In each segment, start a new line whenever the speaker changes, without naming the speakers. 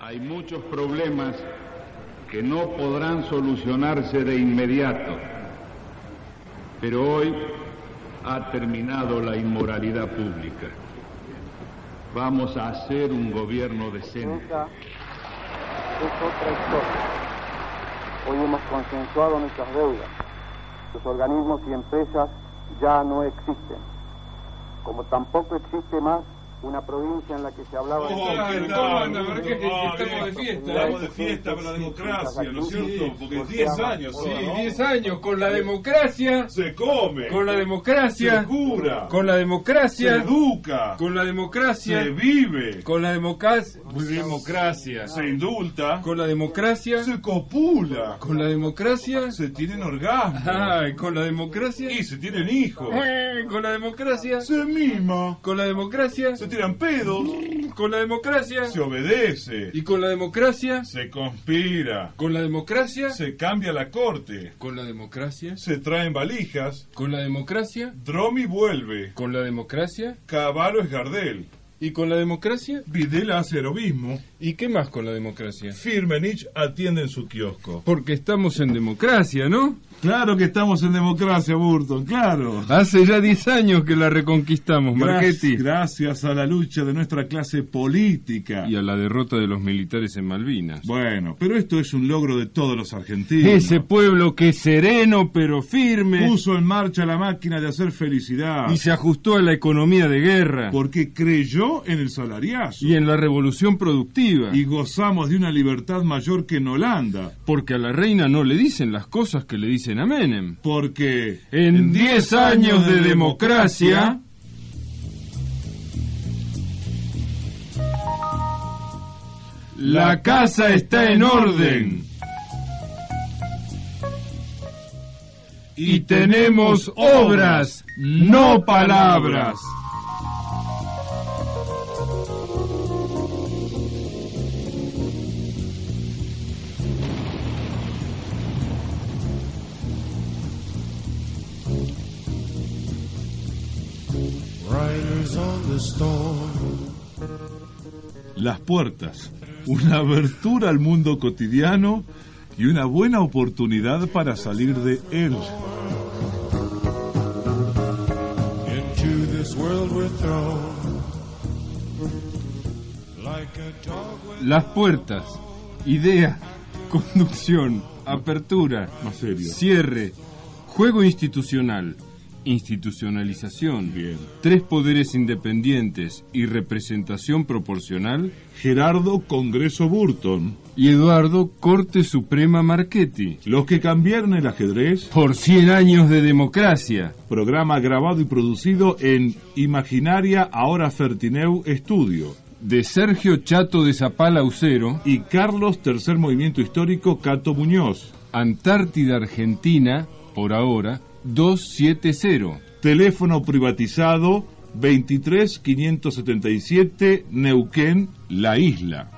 Hay muchos problemas que no podrán solucionarse de inmediato, pero hoy ha terminado la inmoralidad pública. Vamos a hacer un gobierno decente.
Esa es otra historia. Hoy hemos consensuado nuestras deudas. Los organismos y empresas ya no existen. Como tampoco existe más una provincia en la que se hablaba
¿Cómo andan? ¿Cómo andan? ¿Verdad que estamos de fiesta?
Estamos de fiesta ¿eh? con la democracia, ¿no es cierto? Porque 10 años,
Sí,
¿no?
10 años con la democracia,
Se come,
con la democracia,
se cura,
con la
se
democracia,
educa,
con la democracia,
se vive, Pues
con la democracia, democracia,
se indulta,
con la democracia,
se copula,
con la democracia,
se tienen orgasmos
ay, con la democracia,
y se tienen hijos,
eh, con la democracia,
se mima,
con la democracia,
se tiran pedos,
con la democracia
se obedece,
y con la democracia,
se conspira,
con la democracia,
se cambia la corte,
con la democracia,
se traen valijas,
con la democracia,
Dromi vuelve,
con la democracia
Caballo es Gardel,
y con la democracia.
Videla hace lo mismo,
¿Y qué más con la democracia?
Firmenich atiende en su kiosco.
Porque estamos en democracia, ¿no?
Claro que estamos en democracia, Burton, claro.
Hace ya 10 años que la reconquistamos, Marchetti.
Gracias, gracias a la lucha de nuestra clase política.
Y a la derrota de los militares en Malvinas.
Bueno, pero esto es un logro de todos los argentinos.
Ese pueblo que es sereno pero firme
puso en marcha la máquina de hacer felicidad
y se ajustó a la economía de guerra
porque creyó en el salariazo
y en la revolución productiva.
y gozamos de una libertad mayor que en Holanda
Porque a la reina no le dicen las cosas que le dicen a Menem.
porque
En 10 años de democracia... La casa está en orden. y tenemos obras, no palabras.
Riders on the storm.
las puertas, una abertura al mundo cotidiano y una buena oportunidad para salir de él.
Into this world we're thrown. Like a dog with
Las puertas, idea, conducción, apertura,
Más serio.
cierre, juego institucional, institucionalización,
Bien.
tres poderes independientes y representación proporcional,
Gerardo Congreso Burton.
y Eduardo Corte Suprema Marchetti.
Los que cambiaron el ajedrez,
Por 100 años de democracia.
programa grabado y producido en Imaginaria Ahora Fertineu Estudio
De Sergio Chato de Zapala Ucero,
y Carlos Tercer Movimiento Histórico Cato Muñoz.
Antártida Argentina, por ahora, 270.
Teléfono privatizado 23 577 Neuquén, La Isla.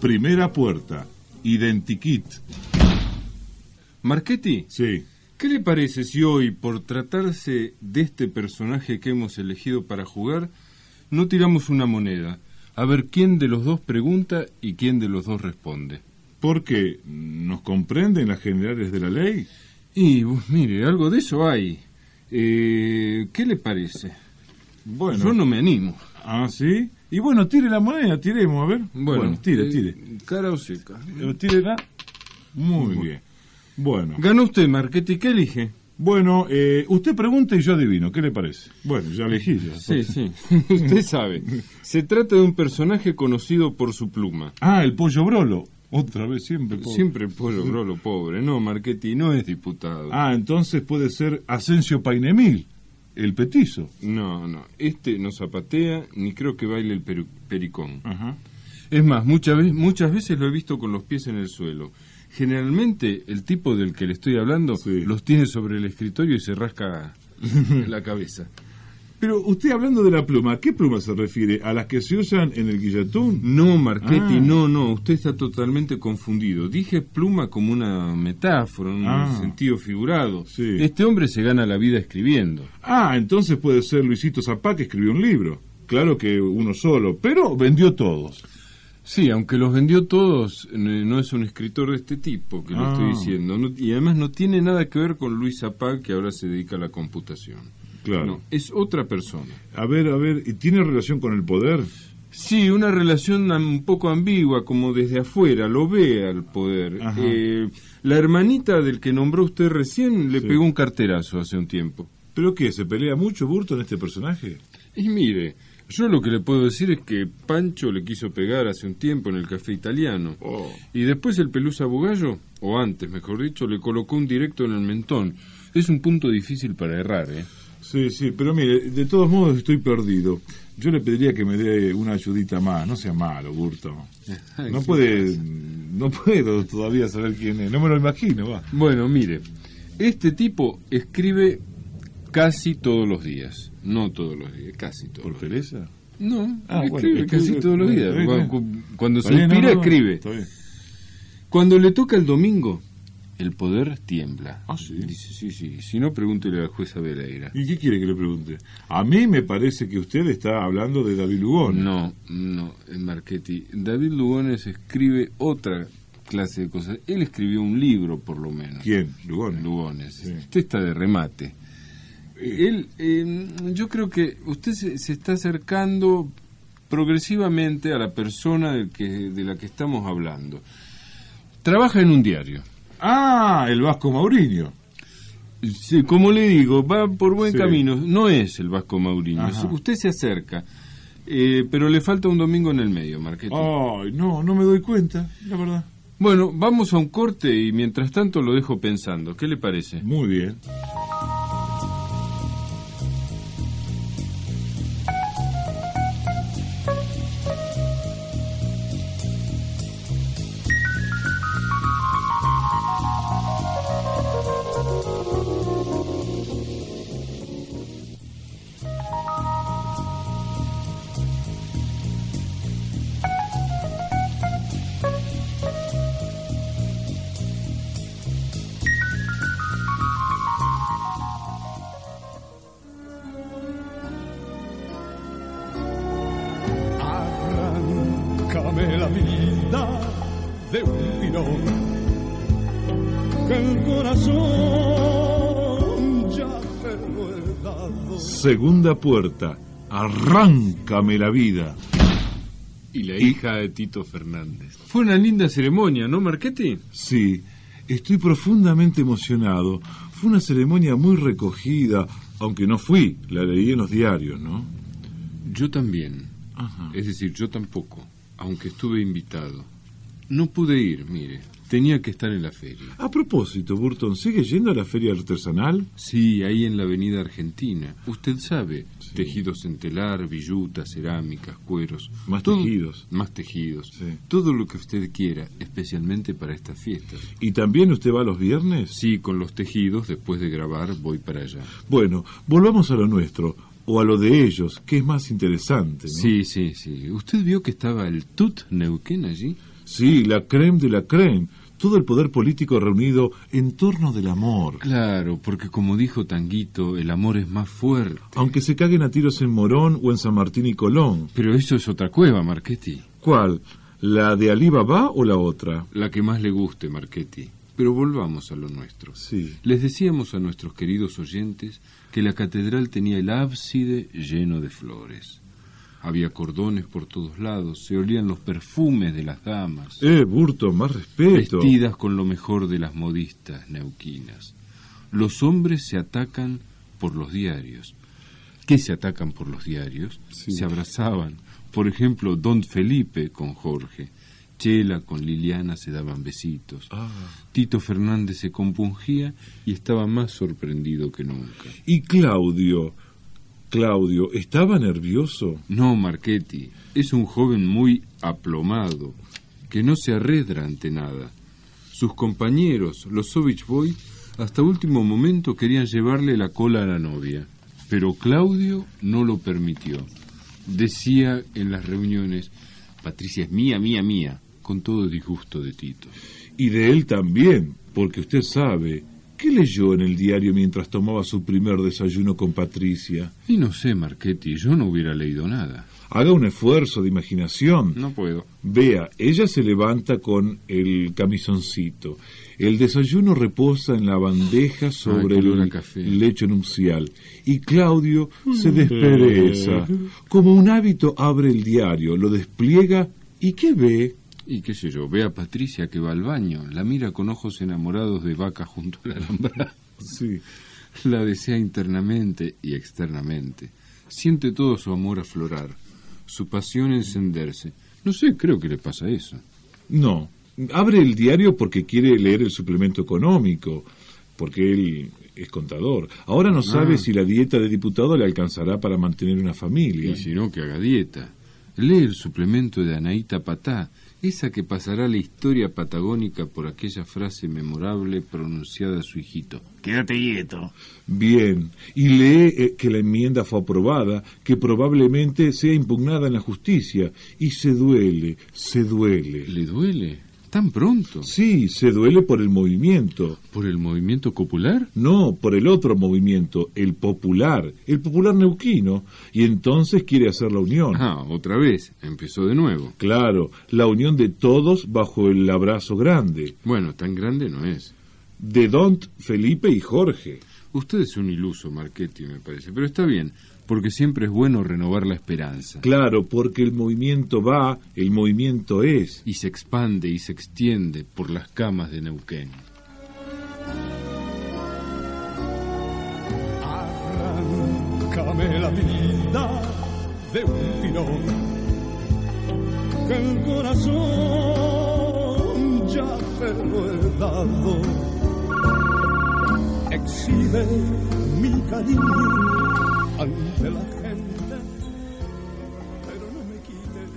Primera puerta. Identikit.
Marchetti,
Sí.
¿qué le parece si hoy, por tratarse de este personaje que hemos elegido para jugar, no tiramos una moneda? A ver quién de los dos pregunta y quién de los dos responde.
Porque nos comprenden las generales de la ley.
Y, uh, mire, algo de eso hay. Eh, ¿Qué le parece?
Bueno.
Yo no me animo.
Ah, sí. Y bueno, tire la moneda, tiremos, a ver.
Bueno,
tire,
eh,
tire.
Cara o seca.
Eh, Tírela. Muy bien. Bueno.
Ganó usted, Marchetti, ¿qué elige?
Bueno, eh, usted pregunta y yo adivino. ¿Qué le parece? Bueno, ya elegí. ya.
Sí, sí. usted sabe. Se trata de un personaje conocido por su pluma.
Ah, el pollo brolo. Otra vez, siempre. pobre.
Siempre Polo Brolo pobre. No, Marchetti no es diputado.
Ah, entonces puede ser Asensio Painemil, el petizo.
No, no. Este no zapatea ni creo que baile el peru- pericón.
Ajá.
Es más, muchas, ve- muchas veces lo he visto con los pies en el suelo. Generalmente el tipo del que le estoy hablando
Sí.
los tiene sobre el escritorio y se rasca Ah, la cabeza.
Pero usted hablando de la pluma, ¿qué pluma se refiere? ¿A las que se usan en el guillatún?
No, Marchetti,
Ah.
no, no, usted está totalmente confundido. Dije pluma como una metáfora, un
Ah.
sentido figurado.
Sí.
Este hombre se gana la vida escribiendo.
Ah, entonces puede ser Luisito Zapá que escribió un libro. Claro que uno solo, pero vendió todos.
Sí, aunque los vendió todos, n- no es un escritor de este tipo que
Ah.
lo estoy diciendo. No- y además no tiene nada que ver con Luis Zapag, que ahora se dedica a la computación.
Claro.
No, es otra persona.
A ver, a ver, ¿y tiene relación con el poder?
Sí, una relación am- un poco ambigua, como desde afuera, lo ve al poder.
Ajá.
Eh, la hermanita del que nombró usted recién le
Sí.
pegó un carterazo hace un tiempo.
¿Pero qué? ¿Se pelea mucho Burton este personaje?
Y mire, yo lo que le puedo decir es que Pancho le quiso pegar hace un tiempo en el café italiano.
Oh.
Y después el pelusa bugallo, o antes, mejor dicho, le colocó un directo en el mentón. Es un punto difícil para errar, ¿eh?
Sí, sí, pero mire, de todos modos estoy perdido. Yo le pediría que me dé una ayudita más, no sea malo, Burton. No
Sí.
puede, no puedo todavía saber quién es, no me lo imagino, va.
Bueno, mire, este tipo escribe casi todos los días. No todos los días, casi todos.
¿Por pereza?
No,
Ah, bueno,
escribe
escribe-
casi todos los días.
Está bien,
Cu-
está
Cuando se
Está bien, no,
inspira,
no, no,
escribe.
está bien.
Cuando le toca el domingo, el poder tiembla.
Ah, sí.
Dice, sí, sí. Si no, pregúntele a la jueza Veleira.
¿Y qué quiere que le pregunte? A mí me parece que usted está hablando de David Lugones.
No, no, eh, Marchetti. David Lugones escribe otra clase de cosas. Él escribió un libro, por lo menos.
¿Quién? Lugones.
Lugones.
Sí.
Usted está de remate. Él, eh, yo creo que usted se, se está acercando progresivamente a la persona del que, de la que estamos hablando. Trabaja en un diario.
Ah, el Vasco Mauriño.
Sí, como le digo, va por buen
Sí.
camino. No es el Vasco Mauriño.
Ajá.
Usted se acerca, eh, pero le falta un domingo en el medio, Marquete.
Ay, no, no me doy cuenta, la verdad.
Bueno, vamos a un corte y mientras tanto lo dejo pensando. ¿Qué le parece?
Muy bien.
Arráncame la vida de un tirón, que el corazón ya te lo he dado.
Segunda puerta. Arráncame la vida.
Y la hija de Tito Fernández. Fue una linda ceremonia, ¿no, Marchetti?
Sí, estoy profundamente emocionado. Fue una ceremonia muy recogida, aunque no fui, la leí en los diarios, ¿no?
Yo también.
Ajá.
Es decir, yo tampoco, aunque estuve invitado. No pude ir, mire. Tenía que estar en la feria.
A propósito, Burton, ¿sigue yendo a la feria artesanal?
Sí, ahí en la Avenida Argentina. Usted sabe, tejidos en telar, villutas, cerámicas, cueros.
Más tejidos.
Más tejidos.
Sí.
Todo lo que usted quiera, especialmente para estas fiestas.
¿Y también usted va los viernes?
Sí, con los tejidos, después de grabar, voy para allá.
Bueno, volvamos a lo nuestro, o a lo de ellos, que es más interesante. ¿no?
Sí, sí, sí. ¿Usted vio que estaba el Tut Neuquén allí?
Sí, la creme de la creme. Todo el poder político reunido en torno del amor.
Claro, porque como dijo Tanguito, el amor es más fuerte.
Aunque se caguen a tiros en Morón o en San Martín y Colón.
Pero eso es otra cueva, Marchetti.
¿Cuál? ¿La de Alí Baba o la otra?
La que más le guste, Marchetti. Pero volvamos a lo nuestro.
Sí.
Les decíamos a nuestros queridos oyentes que la catedral tenía el ábside lleno de flores. Había cordones por todos lados, se olían los perfumes de las damas,
Eh, Burton, más respeto.
vestidas con lo mejor de las modistas neuquinas. Los hombres se atacan por los diarios. ¿Qué se atacan por los diarios?
Sí.
Se abrazaban. Por ejemplo, Don Felipe con Jorge, Chela con Liliana se daban besitos.
Ah.
Tito Fernández se compungía y estaba más sorprendido que nunca.
Y Claudio. Claudio, ¿estaba nervioso?
No, Marchetti, es un joven muy aplomado, que no se arredra ante nada. Sus compañeros, los Sovich Boy, hasta último momento querían llevarle la cola a la novia, pero Claudio no lo permitió. Decía en las reuniones, Patricia es mía, mía, mía, con todo el disgusto de Tito.
Y de él también, porque usted sabe, ¿qué leyó en el diario mientras tomaba su primer desayuno con Patricia?
Y no sé, Marchetti, yo no hubiera leído nada.
Haga un esfuerzo de imaginación.
No puedo.
Vea, ella se levanta con el camisoncito. El desayuno reposa en la bandeja sobre
qué olor Ah, a
el
café.
lecho nupcial. Y Claudio se
Mm.
despereza. Como un hábito abre el diario, lo despliega y ¿qué ve?
Y qué sé yo, ve a Patricia que va al baño, la mira con ojos enamorados de vaca junto a la alambrada.
Sí.
La desea internamente y externamente. Siente todo su amor aflorar, su pasión encenderse. No sé, creo que le pasa eso.
No, abre el diario porque quiere leer el suplemento económico, porque él es contador. Ahora no sabe si la dieta de diputado le alcanzará para mantener una familia.
Y si no, que haga dieta. Lee el suplemento de Anaíta Patá, esa que pasará a la historia patagónica por aquella frase memorable pronunciada a su hijito.
Bien, y lee eh, que la enmienda fue aprobada, que probablemente sea impugnada en la justicia, y se duele, se duele.
¿Le duele? ¿Tan pronto?
Sí, se duele por el movimiento.
¿Por el movimiento popular?
No, por el otro movimiento, el popular, el popular neuquino, y entonces quiere hacer la unión.
Ah, otra vez. Empezó de nuevo.
Claro, la unión de todos bajo el abrazo grande,
Bueno, tan grande no es.
de Don Felipe y Jorge.
Usted es un iluso, Marchetti, me parece. Pero está bien, porque siempre es bueno renovar la esperanza.
Claro, porque el movimiento va, el movimiento es.
Y se expande y se extiende por las camas de Neuquén.
Arráncame la vida de un tirón, que el corazón ya te lo he dado. Exhibe mi cariño ante la gente, pero no me quites.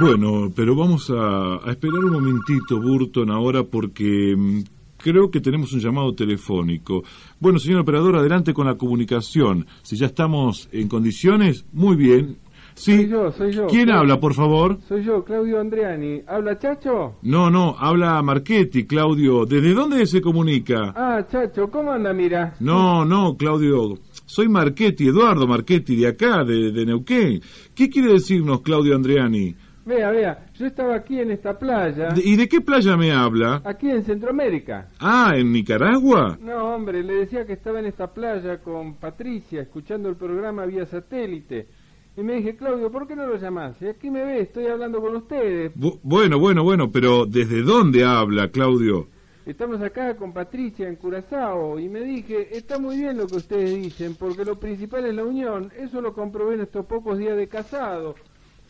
Bueno, pero vamos a, a esperar un momentito, Burton, ahora porque mm, creo que tenemos un llamado telefónico. Bueno, señor operador, adelante con la comunicación. Si ya estamos en condiciones, muy bien. Sí.
Soy yo, soy yo.
¿Quién habla, por favor?
Soy yo, Claudio Andriani. ¿Habla Chacho?
No, no, habla Marchetti, Claudio. ¿Desde dónde se comunica?
Ah, Chacho, ¿cómo anda, mira?
No, no, Claudio. Soy Marchetti, Eduardo Marchetti, de acá, de, de Neuquén. ¿Qué quiere decirnos, Claudio Andriani?
Vea, vea, yo estaba aquí en esta playa,
De- ¿Y de qué playa me habla?
aquí en Centroamérica.
Ah, ¿en Nicaragua?
No, hombre, le decía que estaba en esta playa con Patricia, escuchando el programa vía satélite. Y me dije, Claudio, ¿por qué no lo llamás? Y aquí me ve, estoy hablando con ustedes.
Bu- bueno, bueno, bueno, pero ¿desde dónde habla, Claudio?
Estamos acá con Patricia en Curazao y me dije, está muy bien lo que ustedes dicen, porque lo principal es la unión. Eso lo comprobé en estos pocos días de casado.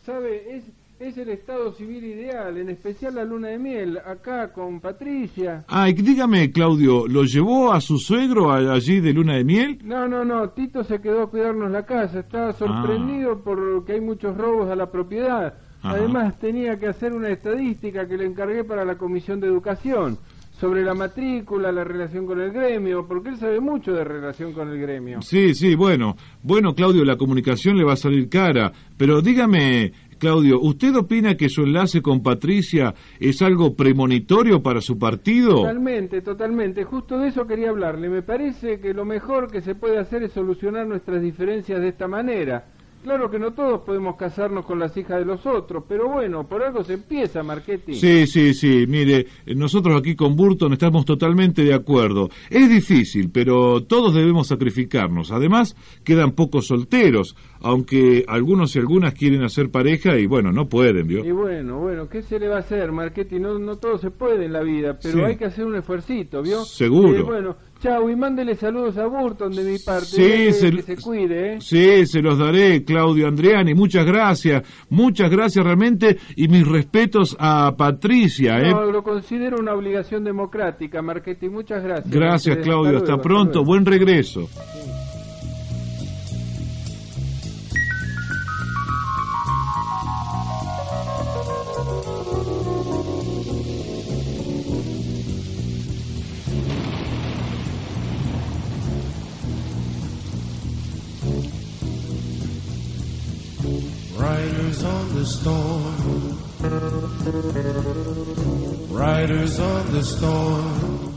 ¿Sabe? Es, es el estado civil ideal, en especial la luna de miel, acá con Patricia.
Ah, y dígame, Claudio, ¿lo llevó a su suegro a- allí de luna de miel?
No, no, no, Tito se quedó a cuidarnos la casa,
Ah.
estaba sorprendido por que hay muchos robos a la propiedad.
Ajá.
Además tenía que hacer una estadística que le encargué para la Comisión de Educación sobre la matrícula, la relación con el gremio, porque él sabe mucho de relación con el gremio.
Sí, sí, bueno. Bueno, Claudio, la comunicación le va a salir cara. Pero dígame, Claudio, ¿usted opina que su enlace con Patricia es algo premonitorio para su partido?
Totalmente, totalmente. Justo de eso quería hablarle. Me parece que lo mejor que se puede hacer es solucionar nuestras diferencias de esta manera. Claro que no todos podemos casarnos con las hijas de los otros, pero bueno, por algo se empieza, Marchetti.
Sí, sí, sí. Mire, nosotros aquí con Burton estamos totalmente de acuerdo. Es difícil, pero todos debemos sacrificarnos. Además, quedan pocos solteros, aunque algunos y algunas quieren hacer pareja y bueno, no pueden, ¿vio?
Y bueno, bueno, ¿qué se le va a hacer, Marchetti? No, no todo se puede en la vida, pero
Sí.
hay que hacer un esfuercito, ¿vio?
Seguro.
Eh, bueno, chau, y mándele saludos a Burton de mi parte.
Sí,
eh,
se-
Que se cuide, ¿eh?
Sí, se los daré, Claudio Andriani. Muchas gracias, muchas gracias realmente y mis respetos a Patricia, ¿eh?
No, lo considero una obligación democrática, Marchetti. Muchas gracias. Eh,
Gracias,
Ustedes.
Claudio. Hasta
luego,
pronto.
luego.
Buen regreso.
Riders on the storm. Riders on the storm.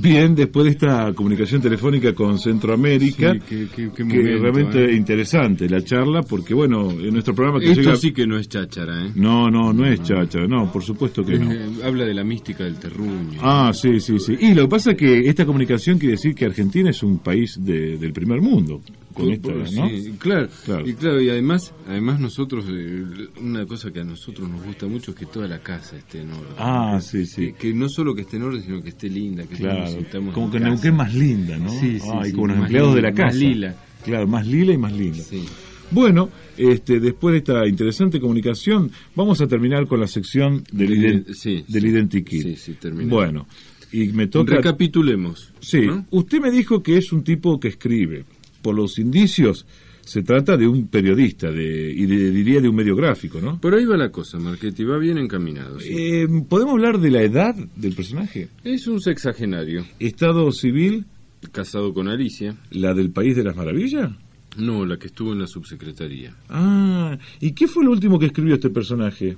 Bien, después de esta comunicación telefónica con Centroamérica,
Sí, qué- qué- qué
que
momento,
realmente
eh.
interesante la charla, porque bueno, en nuestro programa que
Esto
llega...
sí que no es cháchara, ¿eh?
No, no, no es chacha, no, por supuesto que no.
Eh, Habla de la mística del terruño.
Ah, sí, sí, sí. Y lo que pasa es que esta comunicación quiere decir que Argentina es un país de- del primer mundo. Con esta,
Por-
¿no?
Pues, sí, claro,
Claro.
Y claro, y además, además nosotros, eh, una cosa que a nosotros nos gusta mucho es que toda la casa esté en orden.
Ah, sí, sí.
Que, que no solo que esté en orden, sino que esté linda, que nos
Claro.
sintamos
Como
en
que
casa.
Neuquén más linda, ¿no?
Sí, sí,
Ah, y
sí,
como los
más
empleados de la
lila, más
casa.
lila.
Claro, más lila y más linda.
Sí.
Bueno, este, después de esta interesante comunicación, vamos a terminar con la sección del,
Del-
iden-
sí,
del
sí.
Identikit.
Sí, sí, terminamos.
Bueno, y me toca...
Recapitulemos.
Sí,
¿no?
usted me dijo que es un tipo que escribe. Por los indicios, se trata de un periodista de, y de- diría de un medio gráfico, ¿no?
Por ahí va la cosa, Marchetti, va bien encaminado. sí.
Eh, ¿Podemos hablar de la edad del personaje?
Es un sexagenario,
¿Estado civil?
casado con Alicia,
¿La del País de las Maravillas?
no la que estuvo en la subsecretaría.
Ah, ¿y qué fue lo último que escribió este personaje?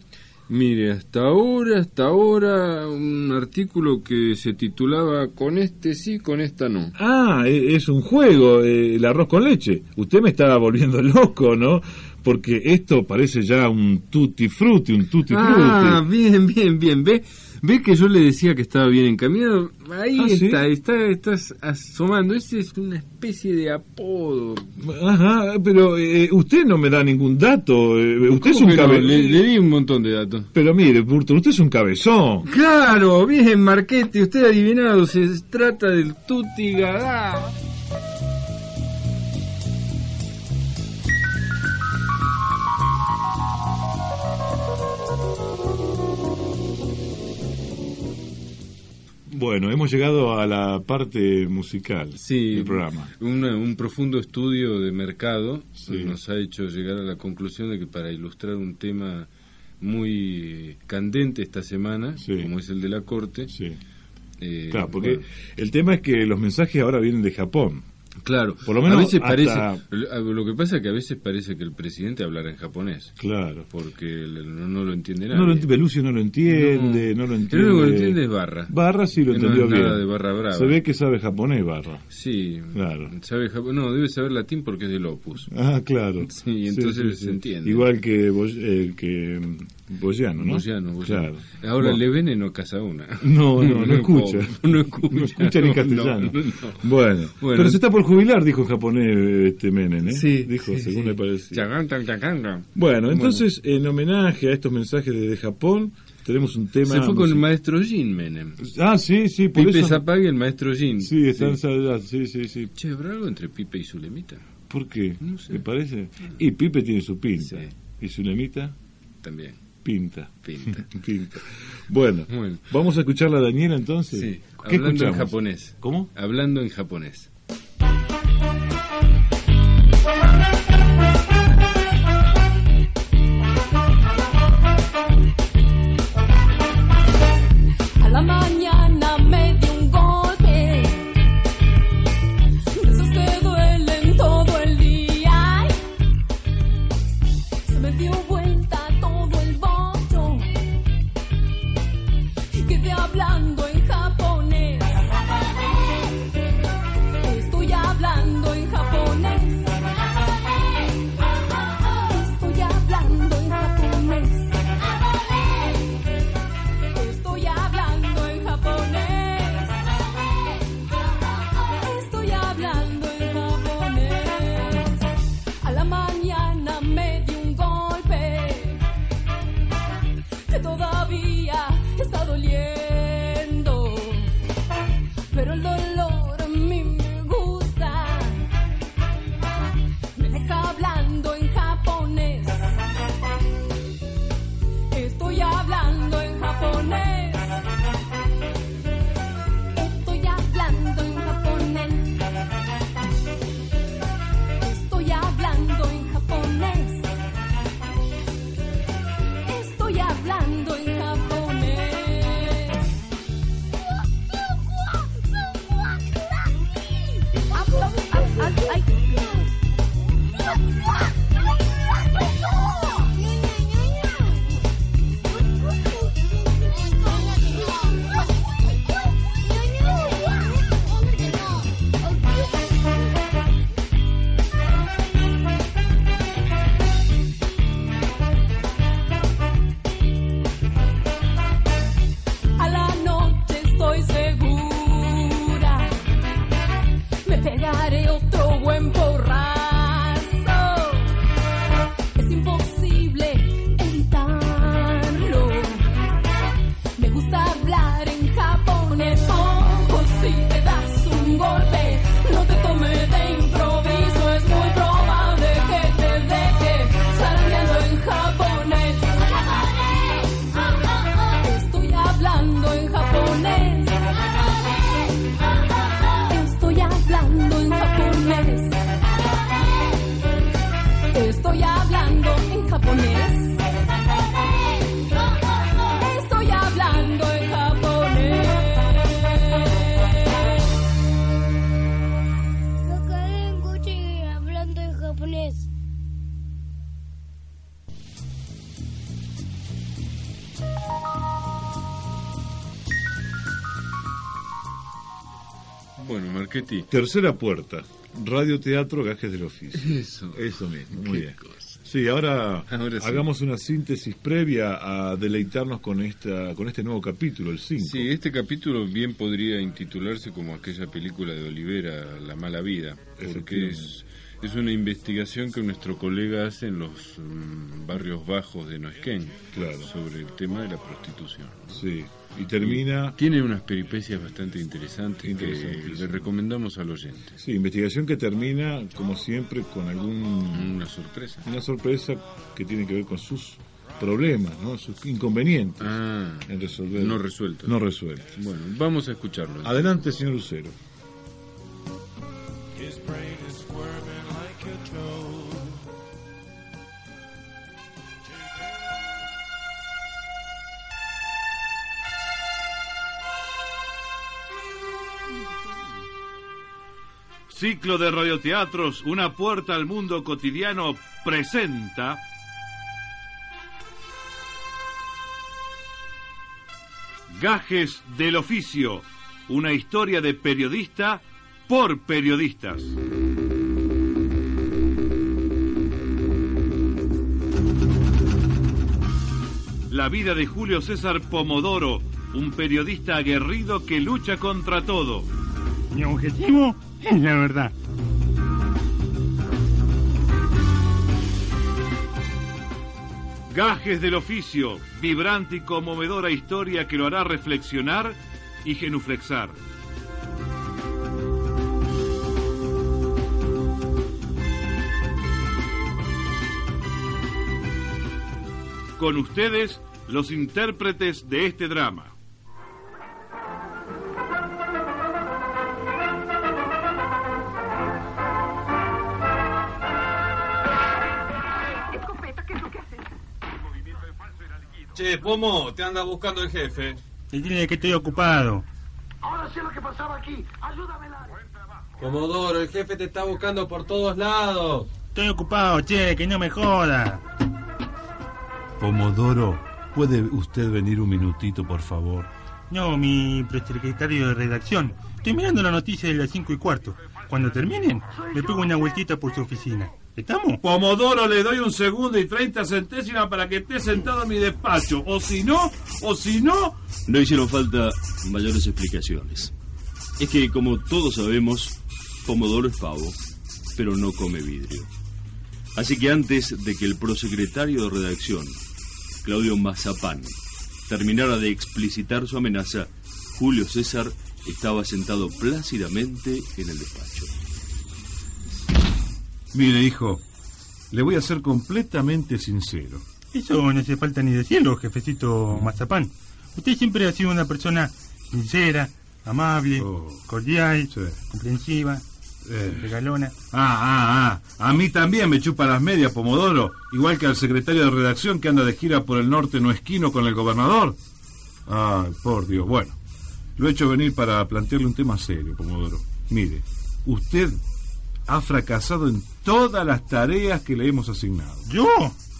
Mire, hasta ahora, hasta ahora, un artículo que se titulaba Con este sí, con esta no.
Ah, e- es un juego, eh, el arroz con leche. Usted me está volviendo loco, ¿no? Porque esto parece ya un tutti frutti, un tutti frutti.
Ah, bien, bien, bien. ¿Ve, ve que yo le decía que estaba bien encaminado. Ahí
Ah, ¿sí?
está, está, estás asomando. Ese es una especie de apodo.
Ajá, pero eh, usted no me da ningún dato. eh, usted es un
¿Cómo que no?
cabezón.
le, le di un montón de datos.
Pero mire, Burton, usted es un cabezón.
Claro, bien, Marquete, usted ha adivinado. Se trata del Tuti Gadá.
Bueno, hemos llegado a la parte musical
Sí,
del programa.
una- un profundo estudio de mercado
Sí.
nos ha hecho llegar a la conclusión de que para ilustrar un tema muy candente esta semana,
Sí.
como es el de la corte,
Sí.
eh,
Claro, porque
bueno,
el tema es que los mensajes ahora vienen de Japón.
claro,
por lo menos
a veces
hasta-
parece, lo lo que pasa es que a veces parece que el presidente hablará en japonés,
Claro.
porque le- no, no lo entiende nadie.
No lo enti- Belucio no lo entiende, no, lo
El
entiende.
único que lo entiende es Barra.
Barra sí lo
Que no
entendió
es nada
bien.
de Barra Brava.
Se ve que sabe japonés, Barra.
Sí,
Claro.
sabe japo- no, debe saber latín porque es del Opus.
Ah, claro.
Sí, entonces se entiende.
Igual que, Boy- eh, que mm, Boyano, ¿no?
Boyano, Boyano.
Claro.
Ahora
Bueno.
le veneno casa una.
No, no, no, escucha.
No escucha.
No escucha ni
No,
castellano.
no, no.
Bueno,
Bueno.
pero se está por jubilar, dijo en japonés eh, este Menem, ¿eh?
Sí,
Dijo,
sí,
según
sí.
le parece.
Chacán, tan, chacán, tan.
Bueno, entonces, en homenaje a estos mensajes desde Japón, tenemos un tema...
Se fue con el
musical.
maestro Jin Menem.
Ah, sí, sí, por
Pipe
eso...
Zapag y el maestro Jin.
Sí, están saludados, sí, sí, sí.
Che, ¿habrá algo entre Pipe y Zulemita?
¿Por qué?
No sé. Ah.
¿Le parece? Y Pipe tiene su pinta.
Sí.
Y su lemita,
También,
pinta.
pinta.
pinta. Bueno,
Bueno.
vamos a escuchar a Daniela entonces.
Sí,
¿Qué
hablando
escuchamos?
en japonés.
¿Cómo?
Hablando en japonés.
A la mañana me dio un golpe, de esos que duelen todo el día. Se me dio vuelta todo el bocho y quedé hablando en japonés. Estoy hablando en japonés. pegaré otro buen porrazo. Es imposible evitarlo. Me gusta hablar en japonés. Oh, por si te das un golpe, no te tomes de improviso. Es muy probable que te deje saliendo en japonés. Estoy hablando en japonés. Estoy hablando en japonés. Estoy hablando en japonés. Estoy hablando en japonés.
Karen Gucci hablando en japonés.
Bueno, Marchetti.
Tercera puerta. Radioteatro Gajes del Oficio.
Eso.
Eso mismo,
Qué
muy bien.
cosa.
Sí, ahora,
Ahora sí.
hagamos una síntesis previa a deleitarnos con esta con este nuevo capítulo, el 5.
Sí, este capítulo bien podría intitularse como aquella película de Olivera, La mala vida, porque es, es una investigación que nuestro colega hace en los mm, barrios bajos de Noesquén
Claro.
sobre el tema de la prostitución.
Sí. Y termina
Tiene unas peripecias bastante interesantes que
Interesantísimo.
le recomendamos al oyente.
Sí, investigación que termina como siempre con algún
Una sorpresa.
una sorpresa que tiene que ver con sus problemas, ¿no? Sus inconvenientes
Ah,
en resolver.
no resuelto.
No resueltos.
Bueno, vamos a escucharlo.
Adelante, señor Lucero.
His brain is squirming like a toad.
Ciclo de radioteatros, una puerta al mundo cotidiano presenta. Gajes del oficio, una historia de periodista por periodistas. La vida de Julio César Pomodoro, un periodista aguerrido que lucha contra todo.
Mi objetivo es la verdad.
Gajes del oficio, vibrante y conmovedora historia que lo hará reflexionar y genuflexar. Con ustedes, los intérpretes de este drama.
Che, Pomo, te anda buscando el jefe.
Y tiene que estoy ocupado.
Comodoro, el jefe te está buscando por todos lados.
Estoy ocupado, che, que no me joda.
Pomodoro, ¿puede usted venir un minutito, por favor?
No, mi secretario de redacción. Estoy mirando la noticia de las 5 y cuarto. Cuando terminen, me pego una vueltita por su oficina. ¿Estamos?
Pomodoro, le doy un segundo y 30 centésimas para que esté sentado en mi despacho. O si no, o si no.
No hicieron falta mayores explicaciones. Es que, como todos sabemos, Pomodoro es pavo, pero no come vidrio. Así que antes de que el prosecretario de redacción, Claudio Mazapán, terminara de explicitar su amenaza, Julio César estaba sentado plácidamente en el despacho.
Mire, hijo, le voy a ser completamente sincero.
Eso no hace falta ni decirlo, jefecito Mazapán. Usted siempre ha sido una persona sincera, amable,
Oh,
cordial, comprensiva,
Eh.
regalona.
Ah, ah, ah. A mí también me chupa las medias, Pomodoro. Igual que al secretario de redacción que anda de gira por el norte no esquino con el gobernador. Ah, por Dios. Bueno, lo he hecho venir para plantearle un tema serio, Pomodoro. Mire, usted ha fracasado en todas las tareas que le hemos asignado.
¿Yo?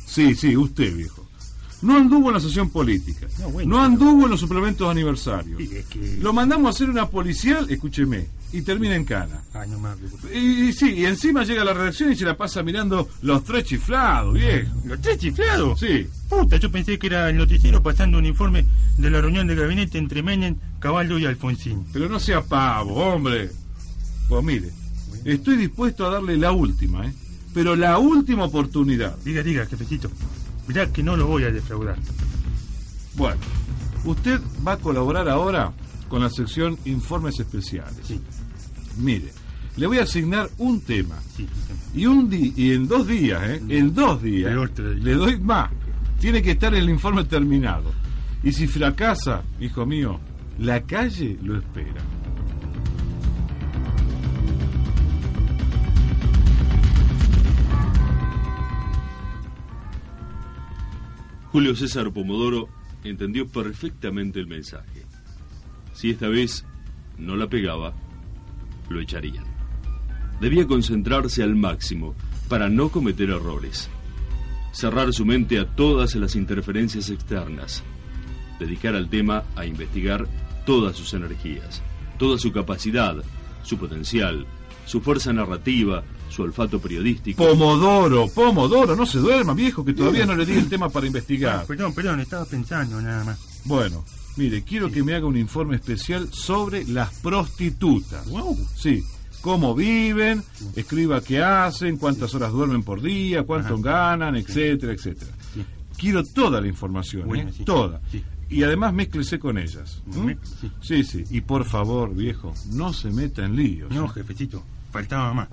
Sí, sí, usted, viejo. No anduvo en la sesión política.
No,
No,
bueno,
anduvo en los suplementos aniversarios.
Y es que-
Lo mandamos a hacer una policial, escúcheme, y termina en cana.
Ay, no me hable, por favor.
Y, y sí, y encima llega a la redacción y se la pasa mirando los tres chiflados, viejo.
¿Los tres chiflados?
Sí.
Puta, yo pensé que era el noticiero pasando un informe de la reunión de gabinete entre Menem, Caballo y Alfonsín.
Pero no sea pavo, hombre. Pues mire,
Estoy dispuesto a darle la última, ¿eh? Pero la última oportunidad.
Diga, diga, jefecito. Mirá que no lo voy a defraudar.
Bueno, usted va a colaborar ahora con la sección Informes Especiales. Mire, le voy a asignar un tema. Y un di- y en dos días, ¿eh? En dos días. Le doy más. Tiene que estar el informe terminado. Y si fracasa, hijo mío, la calle lo espera.
Julio César Pomodoro entendió perfectamente el mensaje. Si esta vez no la pegaba, lo echarían. Debía concentrarse al máximo para no cometer errores. Cerrar su mente a todas las interferencias externas. Dedicar al tema a investigar todas sus energías, toda su capacidad, su potencial, su fuerza narrativa, su olfato periodístico.
Pomodoro, Pomodoro, no se duerma, viejo, que todavía no le di el tema para investigar.
Ah, Perdón, perdón, estaba pensando nada más.
Bueno, mire, quiero que me haga un informe especial sobre las prostitutas. Sí, cómo viven, escriba qué hacen, cuántas horas duermen por día, cuánto ganan, etcétera, etcétera. Quiero toda la información, ¿eh?
Bueno, sí.
toda. Y además mézclese con ellas. ¿m?
Me-
Sí, sí. Y por favor, viejo, no se meta en líos. ¿eh?
No, jefecito, faltaba más.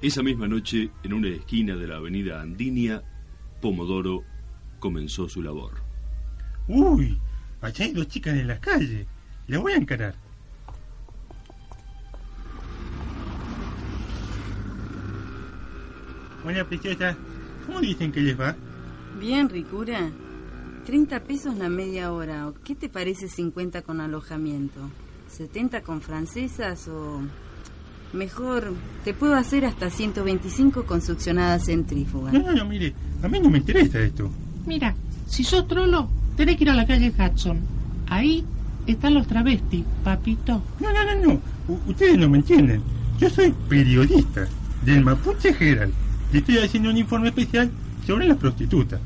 Esa misma noche, en una esquina de la avenida Andinia, Pomodoro comenzó su labor.
Uy, allá hay dos chicas en la calle. Le voy a encarar. Hola, princesa. ¿Cómo dicen que les va?
Bien, Ricura. 30 pesos la media hora. ¿O ¿Qué te parece 50 con alojamiento? ¿70 con francesas o...? Mejor, te puedo hacer hasta 125 con succionadas centrífugas.
No, no, no, mire, a mí no me interesa esto.
Ah, Mira, si sos trolo, tenés que ir a la calle Hudson. Ahí están los travestis, papito.
No, no, no, no. U- ustedes no me entienden. Yo soy periodista del Mapuche Herald. Le estoy haciendo un informe especial sobre las prostitutas.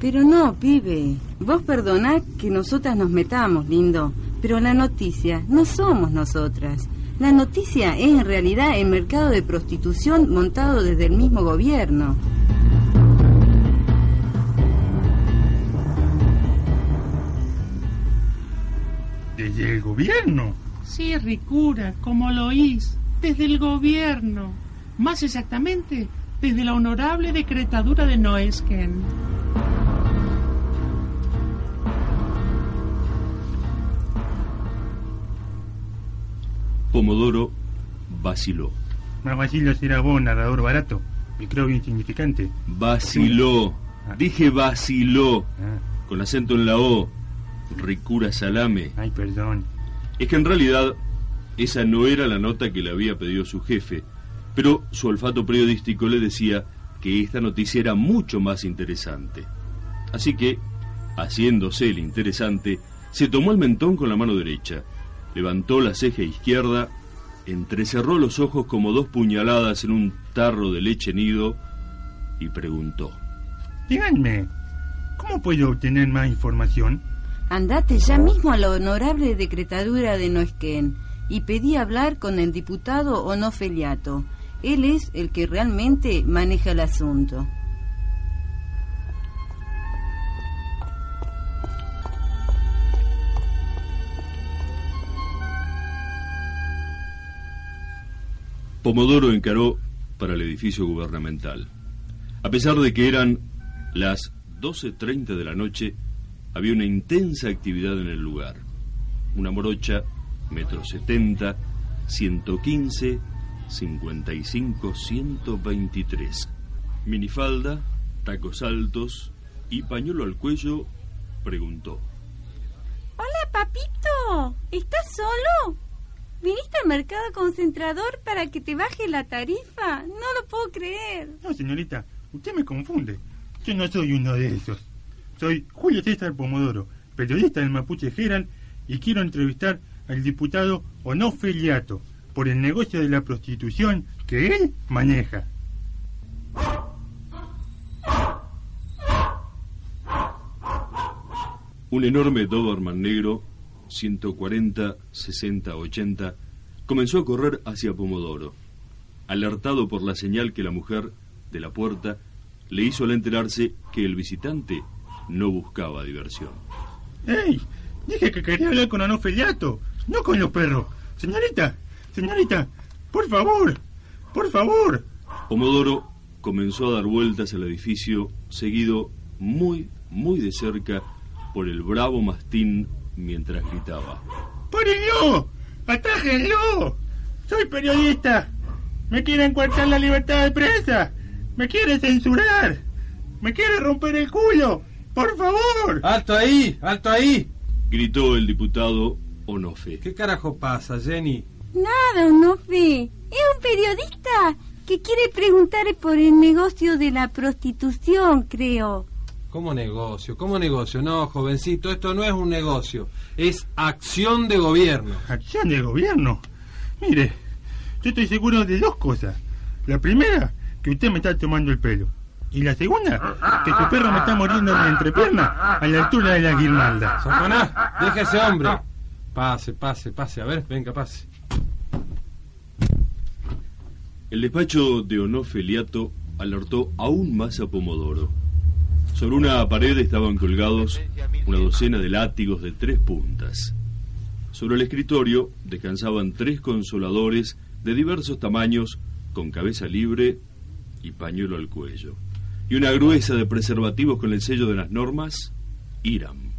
Pero no, pibe. Vos perdoná que nosotras nos metamos, lindo. Pero la noticia no somos nosotras. La noticia es en realidad el mercado de prostitución montado desde el mismo gobierno.
Desde el gobierno.
Sí, Ricura, como lo oís, desde el gobierno. Más exactamente, desde la honorable decretadura de Noesken.
Pomodoro vaciló.
Más vacilo será vos, narrador barato. Y creo bien insignificante.
Vaciló. Dije vaciló.
Ah,
Con acento en la O. Ricura salame.
Ay, perdón.
Es que en realidad esa no era la nota que le había pedido su jefe, pero su olfato periodístico le decía que esta noticia era mucho más interesante. Así que, haciéndose el interesante, se tomó el mentón con la mano derecha, levantó la ceja izquierda, entrecerró los ojos como dos puñaladas en un tarro de leche nido y preguntó.
Díganme, ¿cómo puedo obtener más información?
Andate ya mismo a la honorable decretadura de Noesquén y pedí hablar con el diputado Onofeliato. Él es el que realmente maneja el asunto.
Pomodoro encaró para el edificio gubernamental. A pesar de que eran las 12.30 de la noche, había una intensa actividad en el lugar. Una morocha, metro 70, 115, 55, 123. Minifalda, tacos altos y pañuelo al cuello, preguntó.
Hola, papito. ¿Estás solo? ¿Viniste al mercado concentrador para que te baje la tarifa? No lo puedo creer.
No, señorita, usted me confunde. Yo no soy uno de esos. Soy Julio César Pomodoro, periodista del Mapuche Herald, y quiero entrevistar al diputado Onofeliato por el negocio de la prostitución que él maneja.
Un enorme Doberman negro, 140, 60, 80, comenzó a correr hacia Pomodoro, alertado por la señal que la mujer de la puerta le hizo al enterarse que el visitante no buscaba diversión.
¡Ey! Dije que quería hablar con Anofeliato, no con los perros. Señorita, señorita, por favor, por favor.
Pomodoro comenzó a dar vueltas al edificio, seguido muy, muy de cerca por el bravo mastín mientras gritaba.
¡Párenlo! ¡Atájenlo! ¡Soy periodista! ¡Me quieren cortar la libertad de prensa! ¡Me quieren censurar! ¡Me quieren romper el culo! ¡Por favor!
¡Alto ahí! ¡Alto ahí!
Gritó el diputado Onofe.
¿Qué carajo pasa, Jenny?
Nada, Onofe. Es un periodista que quiere preguntar por el negocio de la prostitución, creo.
¿Cómo negocio? ¿Cómo negocio? No, jovencito, esto no es un negocio. Es acción de gobierno.
¿Acción de gobierno? Mire, yo estoy seguro de dos cosas. La primera, que usted me está tomando el pelo. Y la segunda, que tu perro me está mordiendo en la entrepierna a la altura de la guirnalda.
Satanás, deja ese hombre. Pase, pase, pase. A ver, venga, pase.
El despacho de Onofeliato alertó aún más a Pomodoro. Sobre una pared estaban colgados una docena de látigos de tres puntas. Sobre el escritorio descansaban tres consoladores de diversos tamaños con cabeza libre y pañuelo al cuello. Y una gruesa de preservativos con el sello de las normas, IRAM.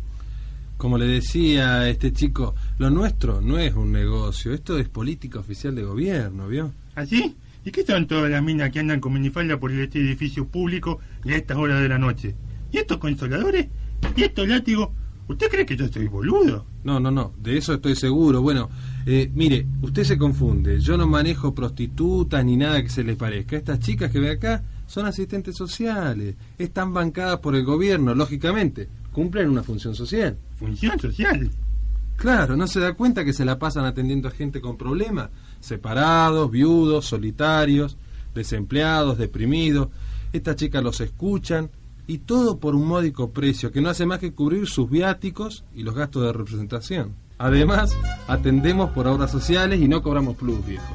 Como le decía este chico, lo nuestro no es un negocio, esto es política oficial de gobierno, ¿vio?
¿Así? ¿Ah, ¿Y qué son todas las minas que andan con minifalda por este edificio público y a estas horas de la noche? ¿Y estos consoladores? ¿Y estos látigos? ¿Usted cree que yo estoy boludo?
No, no, no, de eso estoy seguro. Bueno, eh, mire, usted se confunde. Yo no manejo prostitutas ni nada que se les parezca. Estas chicas que ve acá son asistentes sociales. Están bancadas por el gobierno, lógicamente. Cumplen una función social.
¿Función social?
Claro, no se da cuenta que se la pasan atendiendo a gente con problemas. Separados, viudos, solitarios, desempleados, deprimidos. Estas chicas los escuchan, y todo por un módico precio que no hace más que cubrir sus viáticos y los gastos de representación. Además, atendemos por obras sociales y no cobramos plus, viejo.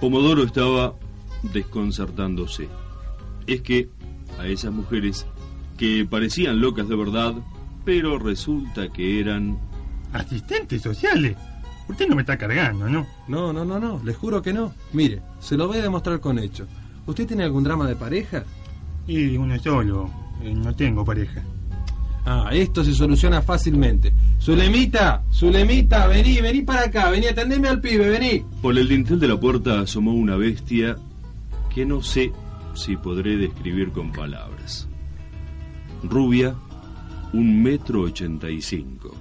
Pomodoro estaba desconcertándose. Es que a esas mujeres que parecían locas de verdad, pero resulta que eran...
Asistentes sociales. Usted no me está cargando, ¿no?
No, no, no, no, le juro que no. Mire, se lo voy a demostrar con hechos. ¿Usted tiene algún drama de pareja?
Y uno solo. Eh, no tengo pareja.
Ah, esto se soluciona fácilmente. Zulemita, Zulemita, vení, vení para acá, vení, atendeme al pibe, vení.
Por el dintel de la puerta asomó una bestia que no sé si podré describir con palabras. Rubia, un metro ochenta y cinco.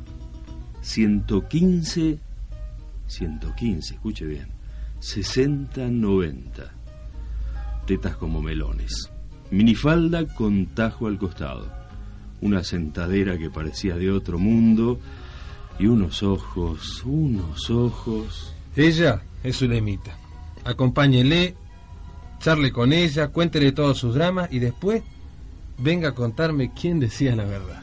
Ciento quince 115, escuche bien. 60-90. Tetas como melones. Minifalda con tajo al costado. Una sentadera que parecía de otro mundo. Y unos ojos, unos ojos.
Ella es Zulemita. Acompáñele, charle con ella, cuéntele todos sus dramas y después venga a contarme quién decía la verdad.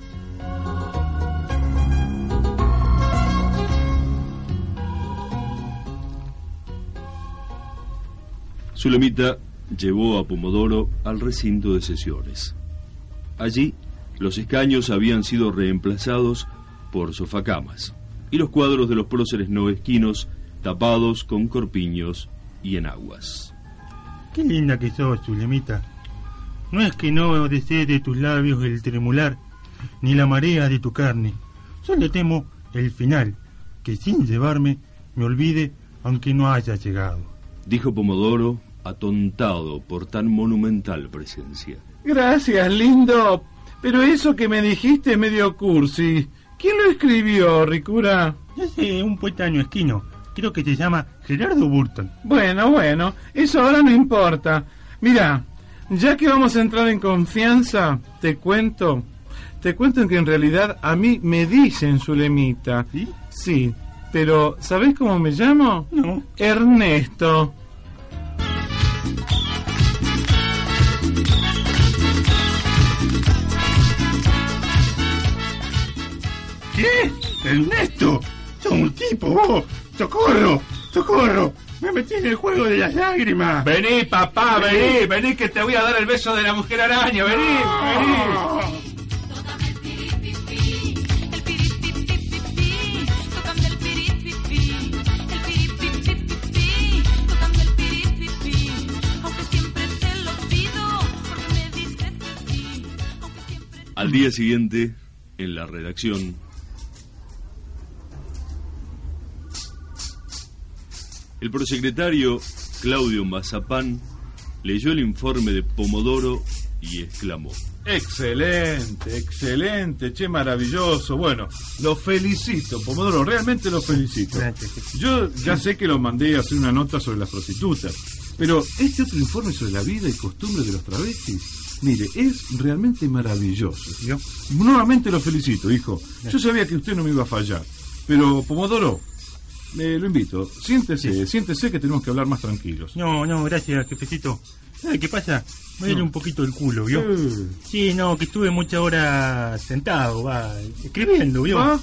Zulemita llevó a Pomodoro al recinto de sesiones. Allí, los escaños habían sido reemplazados por sofacamas y los cuadros de los próceres noesquinos tapados con corpiños y enaguas.
Qué linda que sos, Zulemita. No es que no desees de tus labios el tremular, ni la marea de tu carne. Solo temo el final, que sin llevarme me olvide aunque no haya llegado.
Dijo Pomodoro atontado por tan monumental presencia.
Gracias, lindo. Pero eso que me dijiste medio cursi. ¿Quién lo escribió, Ricura?
Es eh, un poeta esquino. Creo que se llama Gerardo Burton.
Bueno, bueno, eso ahora no importa. Mira, ya que vamos a entrar en confianza, te cuento. Te cuento que en realidad a mí me dicen Zulemita.
¿Sí?
Sí, pero ¿sabés cómo me llamo?
No.
Ernesto.
¿Qué? ¡Ernesto! ¡Sos un tipo vos! ¡Socorro! ¡Socorro! ¡Me metí en el juego de las lágrimas!
Vení, papá, vení, vení que te voy a dar el beso de la mujer araña, vení, vení.
Al día siguiente, en la redacción. El prosecretario Claudio Mazapán leyó el informe de Pomodoro y exclamó.
Excelente, excelente, che, maravilloso. Bueno, lo felicito, Pomodoro, realmente lo felicito. Yo ya sé que lo mandé a hacer una nota sobre las prostitutas, pero este otro informe sobre la vida y costumbres de los travestis, mire, es realmente maravilloso. ¿no? Nuevamente lo felicito, hijo. Yo sabía que usted no me iba a fallar, pero Pomodoro, eh, lo invito, siéntese, siéntese que tenemos que hablar más tranquilos.
No, no, gracias, jefecito. ¿Sabe qué pasa? Me duele
No.
un poquito el culo, ¿vio?
Sí.
Sí, no, que estuve muchas horas sentado, va, escribiendo, ¿vio?
Ah.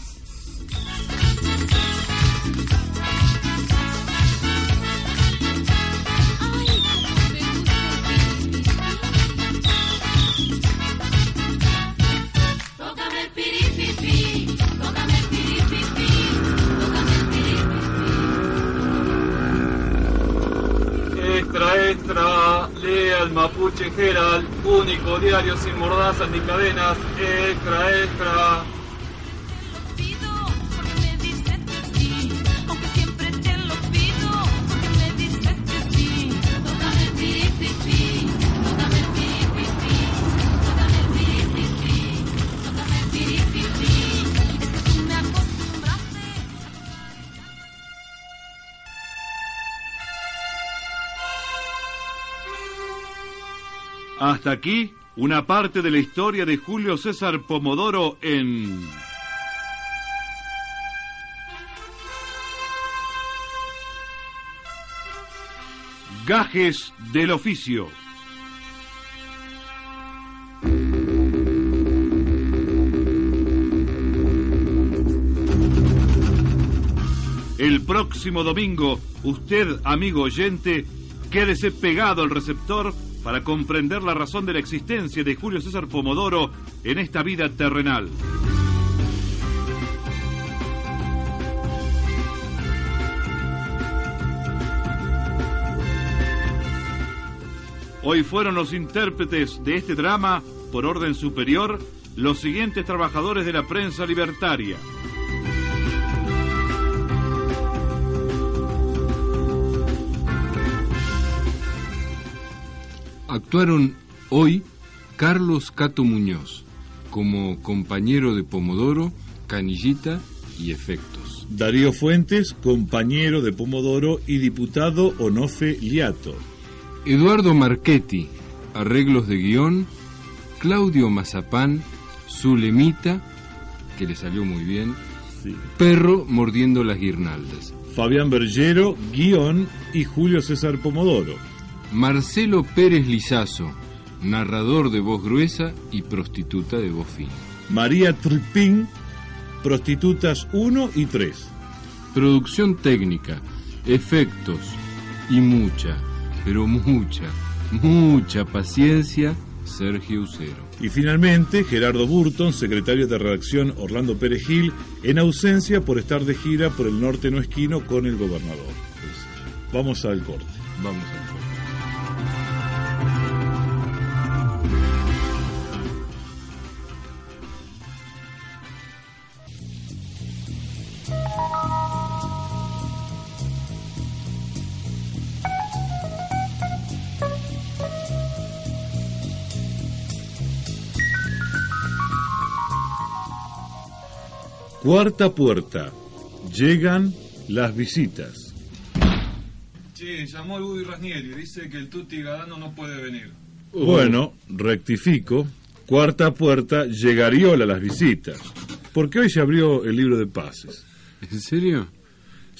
Tócame el piripipi, tócame el piripipi, tócame el piripipi.
Extra, extra, lea el Mapuche Herald, único diario sin mordazas ni cadenas, extra, extra.
Hasta aquí una parte de la historia de Julio César Pomodoro en... Gajes del oficio. El próximo domingo, usted, amigo oyente, quédese pegado al receptor para comprender la razón de la existencia de Julio César Pomodoro en esta vida terrenal. Hoy fueron los intérpretes de este drama, por orden superior, los siguientes trabajadores de la prensa libertaria.
Actuaron hoy Carlos Cato Muñoz como compañero de Pomodoro, Canillita y Efectos.
Darío Fuentes, compañero de Pomodoro y diputado Onofe Liato.
Eduardo Marchetti, arreglos de guión, Claudio Mazapán, Zulemita, que le salió muy bien, Perro mordiendo las guirnaldas.
Fabián Bergero, guión y Julio César Pomodoro.
Marcelo Pérez Lizazo, narrador de voz gruesa y prostituta de voz fina.
María Tripín, prostitutas 1 y 3.
Producción técnica, efectos y mucha, pero mucha, mucha paciencia, Sergio Ucero.
Y finalmente, Gerardo Burton, secretario de redacción Orlando Pérez Gil, en ausencia por estar de gira por el norte no esquino con el gobernador. Pues, vamos al corte.
Vamos al corte.
Cuarta puerta. Llegan las visitas.
Che, llamó el Buddy Rasnieri, dice que el Tuti Gadano no puede venir.
Bueno, rectifico. Cuarta puerta, llegariola las visitas. Porque hoy se abrió el libro de pases.
¿En serio?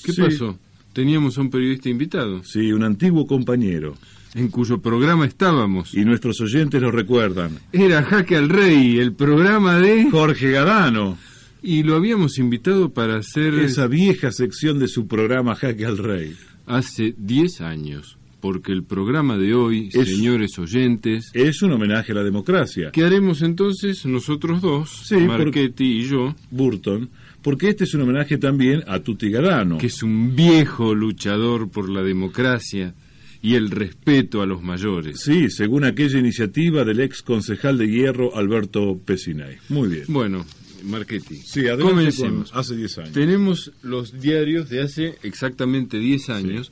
¿Qué
Sí.
pasó? Teníamos a un periodista invitado.
Sí, un antiguo compañero.
En cuyo programa estábamos. Eh,
Y nuestros oyentes lo recuerdan.
Era Jaque al Rey, el programa de...
Jorge Gadano.
Y lo habíamos invitado para hacer...
Esa vieja sección de su programa Jaque al Rey.
Hace 10 años, porque el programa de hoy, señores oyentes...
Es un homenaje a la democracia.
¿Qué haremos entonces nosotros dos,
Sí,
Marchetti y yo?
Burton, porque este es un homenaje también a Tutti Garano.
Que es un viejo luchador por la democracia y el respeto a los mayores.
Sí, según aquella iniciativa del ex concejal de hierro Alberto Pesinay. Muy bien.
Bueno, Marchetti,
Sí, adelante con
comencemos.
hace 10 años.
Tenemos los diarios de hace exactamente 10 años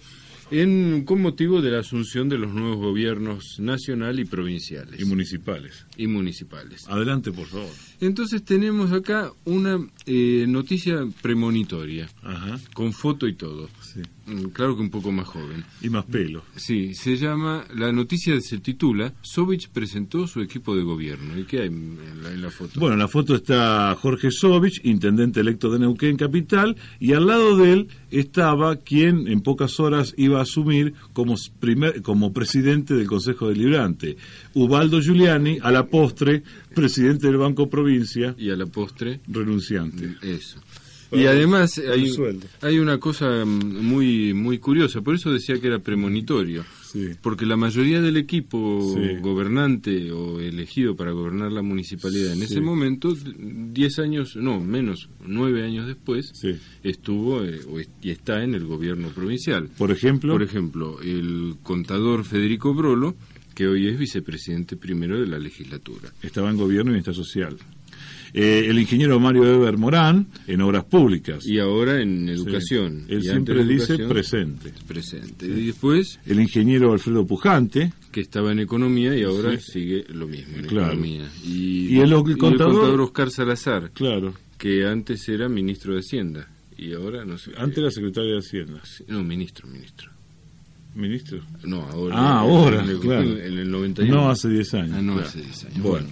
en con motivo de la asunción de los nuevos gobiernos nacional y provinciales.
Y municipales.
Y municipales.
Adelante, por favor.
Entonces tenemos acá una eh, noticia premonitoria, con foto y todo. Mm, Claro que un poco más joven.
Y más pelo.
Sí, se llama, la noticia se titula, Sovich presentó su equipo de gobierno. ¿Y qué hay en en la, en la foto?
Bueno, en la foto está Jorge Sovich, intendente electo de Neuquén Capital, y al lado de él estaba quien en pocas horas iba a asumir como, s- primer- como presidente del Consejo Deliberante, Ubaldo Giuliani, a la postre, presidente del Banco Provincia.
Y a la postre. mm,
Renunciante.
Eso. Y además hay,
sueldo.
hay una cosa mm, muy muy curiosa, por eso decía que era premonitorio, porque la mayoría del equipo
Sí.
gobernante o elegido para gobernar la municipalidad en
Sí.
ese momento, 10 años, no, menos, 9 años después, estuvo eh, o es- y está en el gobierno provincial.
Por ejemplo.
Por ejemplo, el contador Federico Brolo, que hoy es vicepresidente primero de la legislatura.
Estaba en gobierno y bienestar social. Eh, el ingeniero Mario Eber Morán, en obras públicas.
Y ahora en educación.
Él
Y
siempre
antes de
dice
educación,
presente.
Presente. Y después,
El ingeniero Alfredo Pujante.
que estaba en economía y ahora
Sí.
sigue lo mismo en
Claro.
economía. Y,
Y el- el contador-
Oscar Salazar,
Claro.
que antes era ministro de Hacienda y ahora no sé. eh,
Antes era secretario de Hacienda.
No, ministro, ministro.
¿Ministro?
No, ahora.
Ah, ahora,
En el,
claro.
en el 91.
No hace 10 años.
Ah, no
claro.
hace 10 años.
Bueno,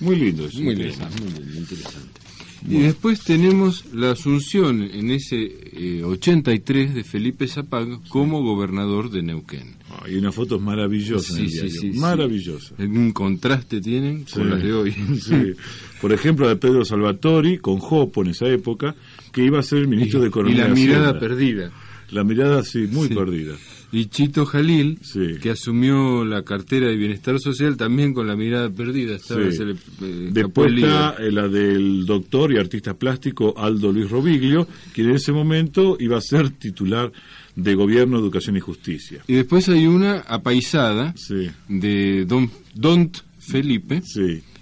muy lindo eso.
Muy lindo, muy lindo, interesante. Y después tenemos la asunción en ese eh, 83 de Felipe Zapag como gobernador de Neuquén.
Ah, y una foto maravillosa. en el diario. maravillosa.
Un contraste tienen con
Sí.
las de hoy.
Sí. Por ejemplo, de Pedro Salvatori, con Jopo en esa época, que iba a ser el ministro de
y
Economía.
la
de
mirada
Hacienda.
perdida.
La mirada, sí, muy
Sí.
perdida.
Y Chito Jalil,
Sí.
que asumió la cartera de Bienestar Social también con la mirada perdida. Estaba,
Sí.
se le, eh, escapó
Después
el
está
líder.
eh, la del doctor y artista plástico Aldo Luis Robiglio, que en ese momento iba a ser titular de Gobierno, Educación y Justicia.
Y después hay una apaisada
Sí.
de Don, Don Felipe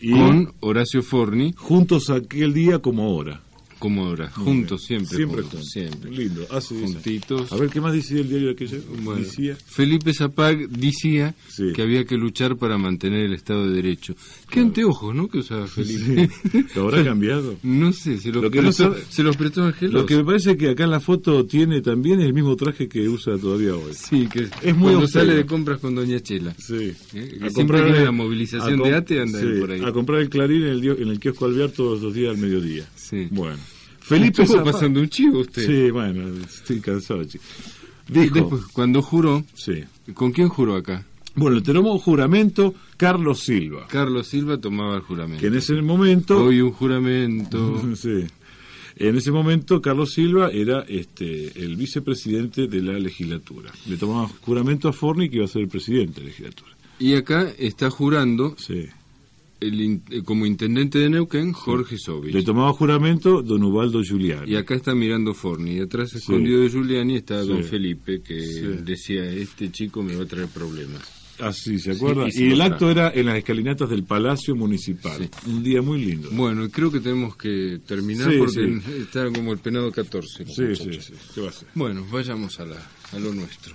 Y-
con Horacio Forni.
Juntos aquel día como ahora.
Como ahora,
Muy
juntos,
bien.
siempre.
Siempre
juntos,
juntos.
siempre.
Lindo, hace diez
Juntitos.
A ver, ¿qué más decía el diario que
Bueno,
decía?
Felipe Zapag decía que había que luchar para mantener el Estado de Derecho. Qué anteojos, ¿no? Que usaba Felipe.
¿Lo habrá cambiado?
No sé, se los
Lo que no
prestó,
sabe-
se los prestó Angelos.
Lo que me parece que acá en la foto tiene también el mismo traje que usa todavía hoy.
Sí, que
es muy
cuando
austero.
sale de compras con Doña Chela.
Sí. A
Eh, que siempre
comprar
que hay
el-
la movilización
a
de
com-
ATE anda
sí,
él por ahí.
A comprar el clarín en el, dio- en el kiosco Alvear todos los días al mediodía.
Sí.
Bueno. Felipe
Estuvo
Zapag-
pasando un chivo usted.
Sí, bueno, estoy cansado, chico. Dijo,
Dijo. Después, cuando juró,
sí.
¿con quién juró acá?
Bueno, tenemos juramento Carlos Silva,
Carlos Silva tomaba el juramento.
que en ese momento...
Hoy un juramento.
Sí. En ese momento Carlos Silva era este, el vicepresidente de la legislatura. Le tomaba juramento a Forni que iba a ser el presidente de la legislatura.
Y acá Ah, está jurando
Sí.
el in- eh, como intendente de Neuquén, Jorge Sovich.
Le tomaba juramento don Ubaldo Giuliani.
Y acá está mirando Forni. Y atrás, escondido de Giuliani, está
Sí.
don Felipe, que
Sí.
decía: Este chico me va a traer problemas.
Así, Ah, ¿se acuerdan?
Sí, y se
y el
nota.
acto era en las escalinatas del Palacio Municipal. Un día muy lindo.
Bueno, creo que tenemos que terminar
Sí,
porque está como el penado 14. los
Sí,
muchachos.
sí, sí. ¿Qué va a ser?
Bueno, vayamos a, la, a lo nuestro.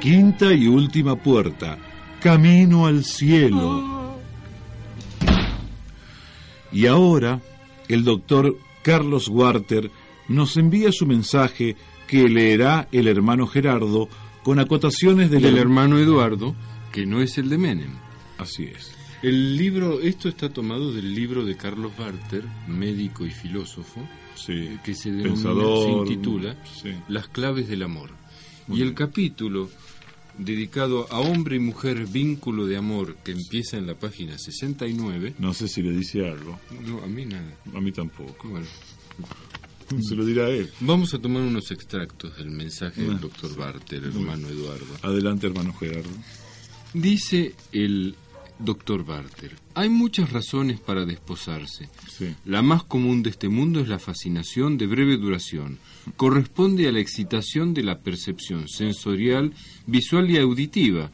Quinta y última puerta. Camino al cielo. Y ahora, el doctor Carlos Warter, nos envía su mensaje que leerá el hermano Gerardo con acotaciones del,
del hermano Eduardo, que no es el de Menem.
Así es.
El libro, esto está tomado del libro de Carlos Barter, médico y filósofo, eh, que se, denomina-
pensador,
se intitula
sí.
Las claves del amor.
Muy
y el capítulo dedicado a hombre y mujer, vínculo de amor, que empieza en la página 69,
No sé si le dice algo.
no, a mí nada.
A mí tampoco.
Bueno.
Se lo dirá él.
Mm. Vamos a tomar unos extractos del mensaje
Bueno.
del doctor Barter, hermano Eduardo.
Adelante, hermano Gerardo.
Dice el doctor Barter, hay muchas razones para desposarse. La más común de este mundo es la fascinación de breve duración. Corresponde a la excitación de la percepción sensorial, visual y auditiva.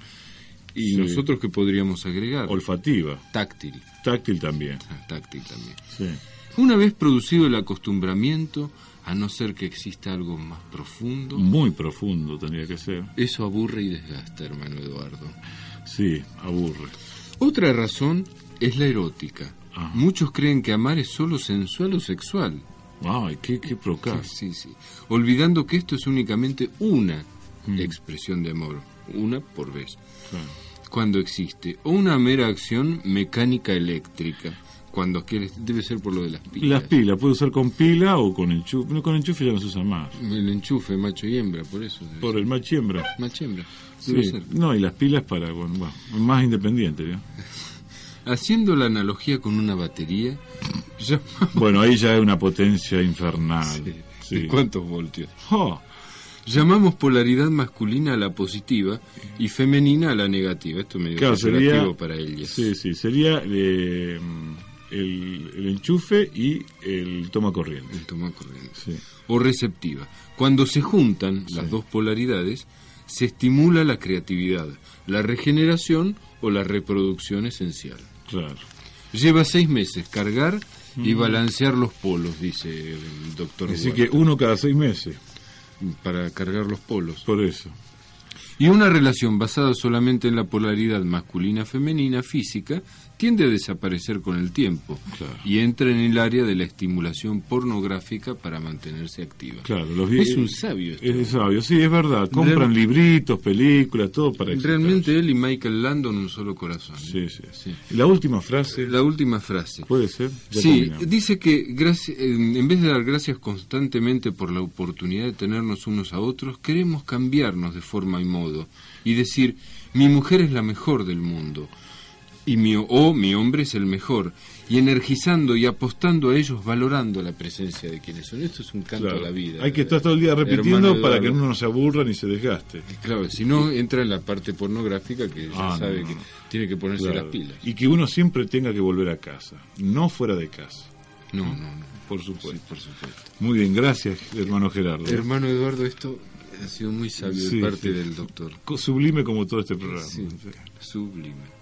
Y
Sí.
nosotros que podríamos agregar.
Olfativa.
Táctil. Ah,
Táctil también.
táctil también.
Sí.
Una vez producido el acostumbramiento, a no ser que exista algo más profundo,
Muy profundo tendría que ser.
eso aburre y desgasta, hermano Eduardo.
Sí, aburre. Ah.
Otra razón es la erótica. Muchos creen que amar es solo sensual o sexual.
Ay, qué, qué procaz.
Sí, sí, sí. Olvidando que esto es únicamente una
Mm.
expresión de amor, una por vez. Cuando existe, o una mera acción mecánica eléctrica, cuando quieres, debe ser por lo de las pilas.
Las pilas, puede usar con pila o con enchufe. No, con enchufe ya no se usa más.
El enchufe, macho y hembra, por eso. debe
Por
ser.
el machiembra.
Machiembra.
Sí.
Debe ser.
No, y las pilas para, bueno, bueno, más independiente. ¿vio?
Haciendo la analogía con una batería, ya-
Bueno, ahí ya es una potencia infernal. Sí.
¿de cuántos voltios?
Oh,
Llamamos polaridad masculina a la positiva y femenina a la negativa. Esto me
claro, sería,
para ellas.
Sí, sí, sería eh, el, el enchufe y el toma corriente.
El toma corriente.
Sí.
O receptiva. Cuando se juntan las dos polaridades, se estimula la creatividad, la regeneración o la reproducción esencial.
Claro.
Lleva seis meses cargar y
Mm.
balancear los polos, dice el doctor.
Así
Duarte.
que uno cada seis meses.
Para cargar los polos.
Por eso.
Y una relación basada solamente en la polaridad masculina-femenina física tiende a desaparecer con el tiempo y entra en el área de la estimulación pornográfica para mantenerse activa.
Claro, los vi-
es un sabio. este
Es sabio, sí, es verdad. Compran
Real-
libritos, películas, todo para excitar.
Realmente él y Michael Landon un solo corazón. ¿eh?
Sí, sí. La última frase.
La última frase.
Puede ser. Ya
Sí,
terminamos.
dice que graci- en en vez de dar gracias constantemente por la oportunidad de tenernos unos a otros, queremos cambiarnos de forma y modo y decir, mi mujer es la mejor del mundo y mi, o mi hombre es el mejor, y energizando y apostando a ellos, valorando la presencia de quienes son. Esto es un canto
Claro.
a la vida.
Hay que estar todo el día
Hermano
repitiendo para que
Eduardo.
uno no se aburra ni se desgaste.
Claro, si no entra en la parte pornográfica que ya
Ah,
sabe
no,
que
no.
tiene que ponerse
Claro.
las pilas.
Y que uno siempre tenga que volver a casa, no fuera de casa.
No, no, no.
Por supuesto.
Por supuesto.
Muy bien, gracias, hermano Gerardo.
Hermano Eduardo, esto ha sido muy sabio
Pues, Sí,
de parte
sí.
del doctor.
Co- Sublime como todo este programa.
Sí, sublime.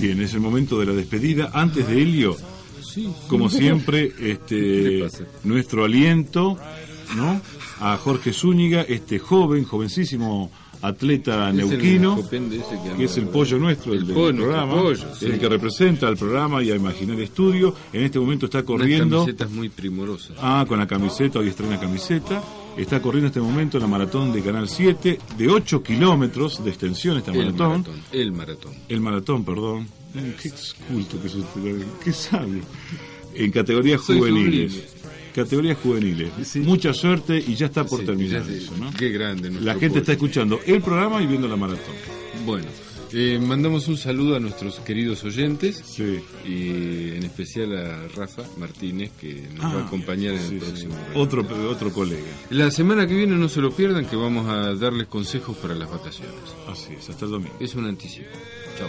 Bien, es el momento de la despedida. Antes de Helio, como siempre,
¿Qué le
este
pasa?
nuestro aliento ¿no? a Jorge Zúñiga, este joven, jovencísimo atleta
Es el
neuquino.
Jopende ese que
que es el
llama-
pollo nuestro, el, del
pollo, nuestro
programa,
pollo, sí.
el que representa al programa y a Imaginar Estudio. En este momento está corriendo.
Unas camisetas muy primorosas.
Ah, con la camiseta, hoy estrena camiseta. Está corriendo en este momento la maratón de Canal 7, de 8 kilómetros de extensión esta
el
maratón.
maratón. El maratón.
El maratón, perdón. Eh, Qué culto que es usted, eh, qué sabio. En categorías
Soy
juveniles.
sublime.
Categorías juveniles. Mucha suerte y ya está por
Sí,
terminar
ya sé,
eso, ¿no?
Qué grande. nuestro
La gente está
pollo.
escuchando el programa y viendo la maratón.
Bueno, eh, mandamos un saludo a nuestros queridos oyentes y en especial a Rafa Martínez que nos
Ah,
va a acompañar en
sí,
el
sí.
próximo.
Otro, otro colega.
La semana que viene no se lo pierdan que vamos a darles consejos para las vacaciones.
Así es, hasta el domingo.
Es un anticipo. Chao.